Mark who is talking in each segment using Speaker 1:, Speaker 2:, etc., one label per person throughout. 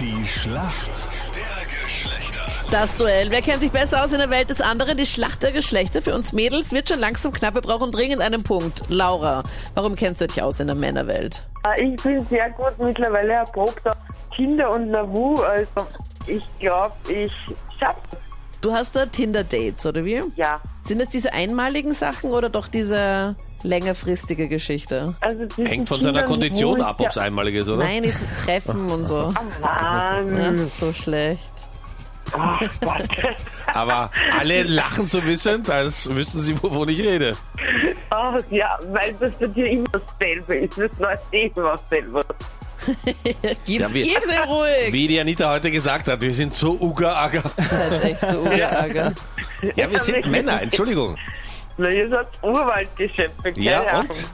Speaker 1: Die Schlacht der Geschlechter.
Speaker 2: Das Duell. Wer kennt sich besser aus in der Welt des anderen? Die Schlacht der Geschlechter für uns Mädels wird schon langsam knapp. Wir brauchen dringend einen Punkt. Laura, warum kennst du dich aus in der Männerwelt?
Speaker 3: Äh, Ich bin sehr gut mittlerweile erprobt auf Tinder und Lavu. Also ich glaube, ich schaffe
Speaker 2: Du hast da Tinder-Dates, oder wie?
Speaker 3: ja.
Speaker 2: Sind das diese einmaligen Sachen oder doch diese längerfristige Geschichte?
Speaker 3: Also zwischen
Speaker 4: Hängt von seiner
Speaker 3: Tinder und
Speaker 4: Kondition
Speaker 3: Lavu
Speaker 4: ab,
Speaker 3: ist
Speaker 4: ob es einmalig ist, oder?
Speaker 2: Nein, diese Treffen und so.
Speaker 3: Ja, Mann.
Speaker 2: Ja, so schlecht.
Speaker 4: Aber alle lachen so wissend, als wüssten sie, wovon ich rede.
Speaker 3: Ach, ja, weil das bei dir immer dasselbe ist. Das läuft eh immer dasselbe.
Speaker 2: Gib's,
Speaker 4: Ja, wir-
Speaker 2: gib's ihm ruhig.
Speaker 4: Wie die Anita heute gesagt hat, wir sind so uga-aga.
Speaker 2: Das ist echt so Ärger.
Speaker 4: Ja, wir sind Männer, Entschuldigung.
Speaker 3: Na, ihr seid Urwaldgeschöpfe, keine
Speaker 4: Ja,
Speaker 3: Ahnung.
Speaker 4: und?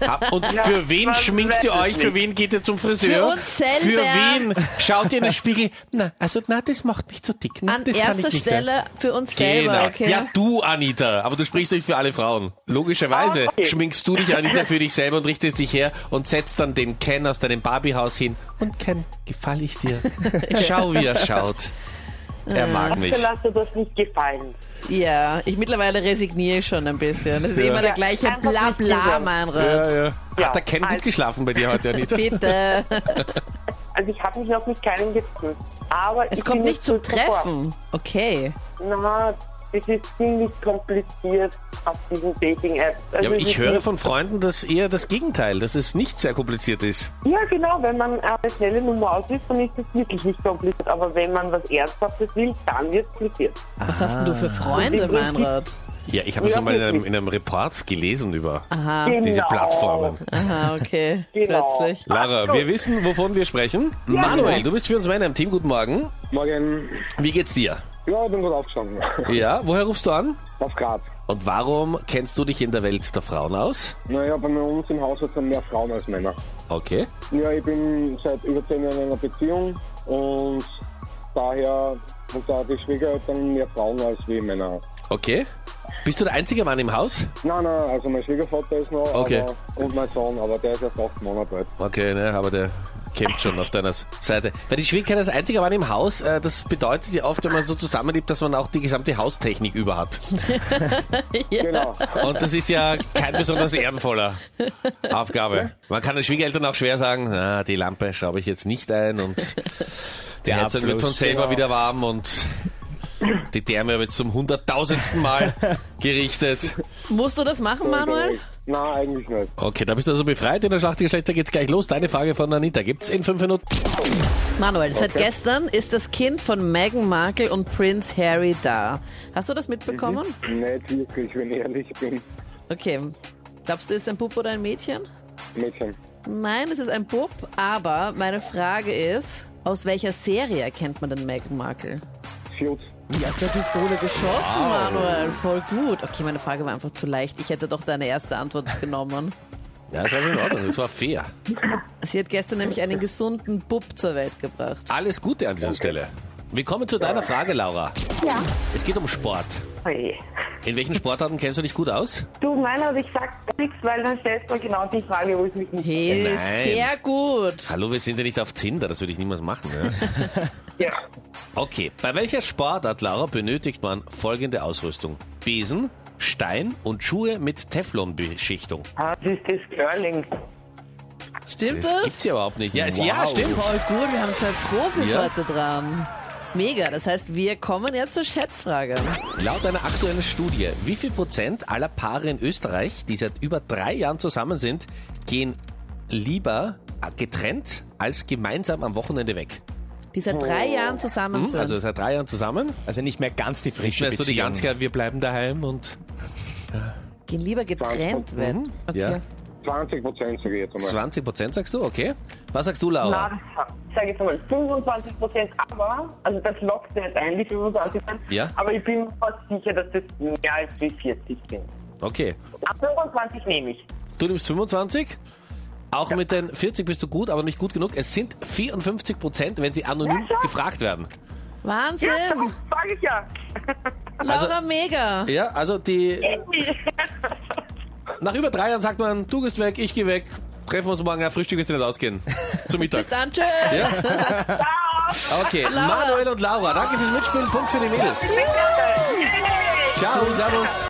Speaker 4: Ah, Und
Speaker 3: Ja,
Speaker 4: für wen
Speaker 3: man
Speaker 4: schminkt ihr
Speaker 3: weiß es
Speaker 4: euch? Für
Speaker 3: nicht.
Speaker 4: wen geht ihr zum Friseur?
Speaker 2: Für uns selber.
Speaker 4: Für wen schaut ihr in den Spiegel? Na, also, na, das macht mich zu dick. Na,
Speaker 2: An
Speaker 4: das kann
Speaker 2: erster
Speaker 4: ich nicht
Speaker 2: Stelle für uns
Speaker 4: Sein.
Speaker 2: selber,
Speaker 4: Genau.
Speaker 2: okay?
Speaker 4: Ja, du, Anita. Aber du sprichst nicht für alle Frauen. Logischerweise
Speaker 3: Ah, okay.
Speaker 4: schminkst du dich, Anita, für dich selber und richtest dich her und setzt dann den Ken aus deinem Barbiehaus hin. Und Ken, gefall ich dir? Schau, wie er schaut.
Speaker 3: Äh.
Speaker 4: Er mag mich.
Speaker 3: Ich lasse das nicht gefallen.
Speaker 2: Ja, ich mittlerweile resigniere ich schon ein bisschen. Das ist immer der gleiche
Speaker 3: Einfach nicht
Speaker 2: Blabla,
Speaker 3: gesagt.
Speaker 2: mein Rat.
Speaker 4: Ja, ja.
Speaker 3: Ja,
Speaker 4: Hat der Ken gut
Speaker 3: also-
Speaker 4: geschlafen bei dir heute, Anita?
Speaker 2: Bitte.
Speaker 3: Also ich habe mich noch mit keinem getroffen. Aber
Speaker 2: Es
Speaker 3: ich
Speaker 2: kommt
Speaker 3: bin
Speaker 2: nicht
Speaker 3: jetzt
Speaker 2: zum
Speaker 3: kurz davor.
Speaker 2: Treffen. Okay.
Speaker 3: Na, das ist ziemlich kompliziert auf diesen Dating-Apps. Also
Speaker 4: Ja, aber
Speaker 3: es
Speaker 4: ich
Speaker 3: ist
Speaker 4: höre
Speaker 3: nicht-
Speaker 4: von Freunden, dass eher das Gegenteil, dass es nicht sehr kompliziert ist.
Speaker 3: Ja, genau, wenn man eine schnelle Nummer ausliest, dann ist es wirklich nicht kompliziert. Aber wenn man was Ernsthaftes will, dann wird es kompliziert.
Speaker 2: Was hast denn du für Freunde,
Speaker 3: Und ich-
Speaker 2: mein Rat?
Speaker 4: Ja, ich habe
Speaker 3: Ja,
Speaker 4: das mal in einem,
Speaker 3: wirklich.
Speaker 4: in einem Report gelesen über
Speaker 2: Aha,
Speaker 3: Genau.
Speaker 4: diese Plattformen.
Speaker 2: aha, okay.
Speaker 3: Genau.
Speaker 2: Plötzlich.
Speaker 4: Lara, wir wissen, wovon wir sprechen. Manuel, du bist für uns Männer im Team. Guten Morgen.
Speaker 5: Morgen.
Speaker 4: Wie geht's dir?
Speaker 5: Ja, bin gut aufgestanden.
Speaker 4: Ja, woher rufst du an?
Speaker 5: Auf Grad.
Speaker 4: Und warum kennst du dich in der Welt der Frauen aus?
Speaker 5: Naja, bei uns im Haus sind mehr Frauen als Männer.
Speaker 4: Okay.
Speaker 5: Ja, ich bin seit über zehn Jahren in einer Beziehung und daher und da die Schwiegereltern mehr Frauen als wie Männer.
Speaker 4: Okay. Bist du der einzige Mann im Haus?
Speaker 5: Nein, nein, also mein Schwiegervater ist noch
Speaker 4: Okay.
Speaker 5: aber, und mein Sohn, aber der ist erst acht Monate alt.
Speaker 4: Okay, ne, aber der kämpft schon auf deiner Seite. Weil die Schwierigkeit als einziger Mann im Haus, äh, das bedeutet ja oft, wenn man so zusammenlebt, dass man auch die gesamte Haustechnik über hat.
Speaker 5: Genau.
Speaker 4: Und das ist ja kein besonders ehrenvoller Aufgabe. Man kann den Schwiegereltern auch schwer sagen, ah, die Lampe schraube ich jetzt nicht ein und die Heizung wird von
Speaker 6: Abfluss.
Speaker 4: selber wieder warm und die Therme wird zum hunderttausendsten Mal gerichtet.
Speaker 2: Musst du das machen, Manuel?
Speaker 5: Nein, eigentlich nicht.
Speaker 4: Okay, da bist du also befreit. In der Schlacht der Geschlechter geht's gleich los. Deine Frage von Anita gibt's in fünf Minuten.
Speaker 2: Manuel, seit gestern ist das Kind von Meghan Markle und Prince Harry da. Hast du das mitbekommen?
Speaker 5: Nicht wirklich, wenn ich ehrlich bin.
Speaker 2: Okay. Glaubst du, ist es ein Bub oder ein Mädchen?
Speaker 5: Mädchen.
Speaker 2: Nein, es ist ein Bub, aber meine Frage ist, aus welcher Serie erkennt man denn Meghan Markle?
Speaker 5: Shoot.
Speaker 2: Die aus der Pistole geschossen, Manuel. Voll gut. Okay, meine Frage war einfach zu leicht. Ich hätte doch deine erste Antwort genommen.
Speaker 4: Ja, das war schon in Ordnung. Das war fair.
Speaker 2: Sie hat gestern nämlich einen gesunden Bub zur Welt gebracht.
Speaker 4: Alles Gute an dieser Stelle. Wir kommen zu deiner Frage, Laura.
Speaker 3: Ja.
Speaker 4: Es geht um Sport.
Speaker 3: Oje.
Speaker 4: In welchen Sportarten kennst du dich gut aus?
Speaker 3: Du, nein, aber ich sag nichts, weil dann stellst du genau die Frage, wo ich mich nicht...
Speaker 2: Hey,
Speaker 4: Äh, Nein.
Speaker 2: sehr gut.
Speaker 4: Hallo, wir sind ja nicht auf Tinder, das würde ich niemals machen. Ja?
Speaker 3: Ja.
Speaker 4: Okay, bei welcher Sportart, Laura, benötigt man folgende Ausrüstung? Besen, Stein und Schuhe mit Teflonbeschichtung.
Speaker 3: Ah, Das ist das Curling.
Speaker 2: Stimmt
Speaker 4: Das
Speaker 2: das?
Speaker 4: gibt's ja überhaupt nicht. Ja, es- ja stimmt.
Speaker 2: Voll gut, wir haben zwei Profis
Speaker 4: Ja.
Speaker 2: heute dran. Mega, das heißt, wir kommen jetzt zur Schätzfrage.
Speaker 4: Laut einer aktuellen Studie, wie viel Prozent aller Paare in Österreich, die seit über drei Jahren zusammen sind, gehen lieber getrennt als gemeinsam am Wochenende weg?
Speaker 2: Die seit drei Jahren zusammen
Speaker 4: Hm?
Speaker 2: sind.
Speaker 4: Also seit drei Jahren zusammen?
Speaker 6: Also nicht mehr ganz die
Speaker 4: Nicht
Speaker 6: frische
Speaker 4: mehr so die
Speaker 6: Beziehung.
Speaker 4: ganz klar, wir bleiben daheim und
Speaker 2: Gehen lieber getrennt werden. Okay.
Speaker 4: Hm, Ja.
Speaker 5: 20 Prozent sage ich jetzt einmal.
Speaker 4: 20 Prozent sagst du, okay. Was sagst du, Laura?
Speaker 3: Na, ich sage Ah. jetzt mal 25 Prozent, aber, also das lockt nicht ein, die 25 Prozent,
Speaker 4: Ja.
Speaker 3: aber ich bin fast sicher, dass das mehr als wie 40 sind.
Speaker 4: Okay.
Speaker 3: Ab 25 nehme ich.
Speaker 4: Du nimmst 25. Auch mit den 40 bist du gut, aber nicht gut genug. Es sind 54 Prozent, wenn sie anonym
Speaker 3: Ja, schon.
Speaker 4: gefragt werden.
Speaker 2: Wahnsinn!
Speaker 3: Ja, darum sage ich ja.
Speaker 2: Laura, mega!
Speaker 4: Ja, also die.
Speaker 3: Äh.
Speaker 4: Nach über drei Jahren sagt man, du gehst weg, ich gehe weg. Treffen wir uns morgen, ja, Frühstück ist nicht ausgehen. Zum Mittag.
Speaker 2: Bis dann, tschüss!
Speaker 4: Ja.
Speaker 3: Ciao.
Speaker 4: Okay, Manuel und Laura, danke fürs Mitspielen. Punkt für die Mädels. Ciao, servus.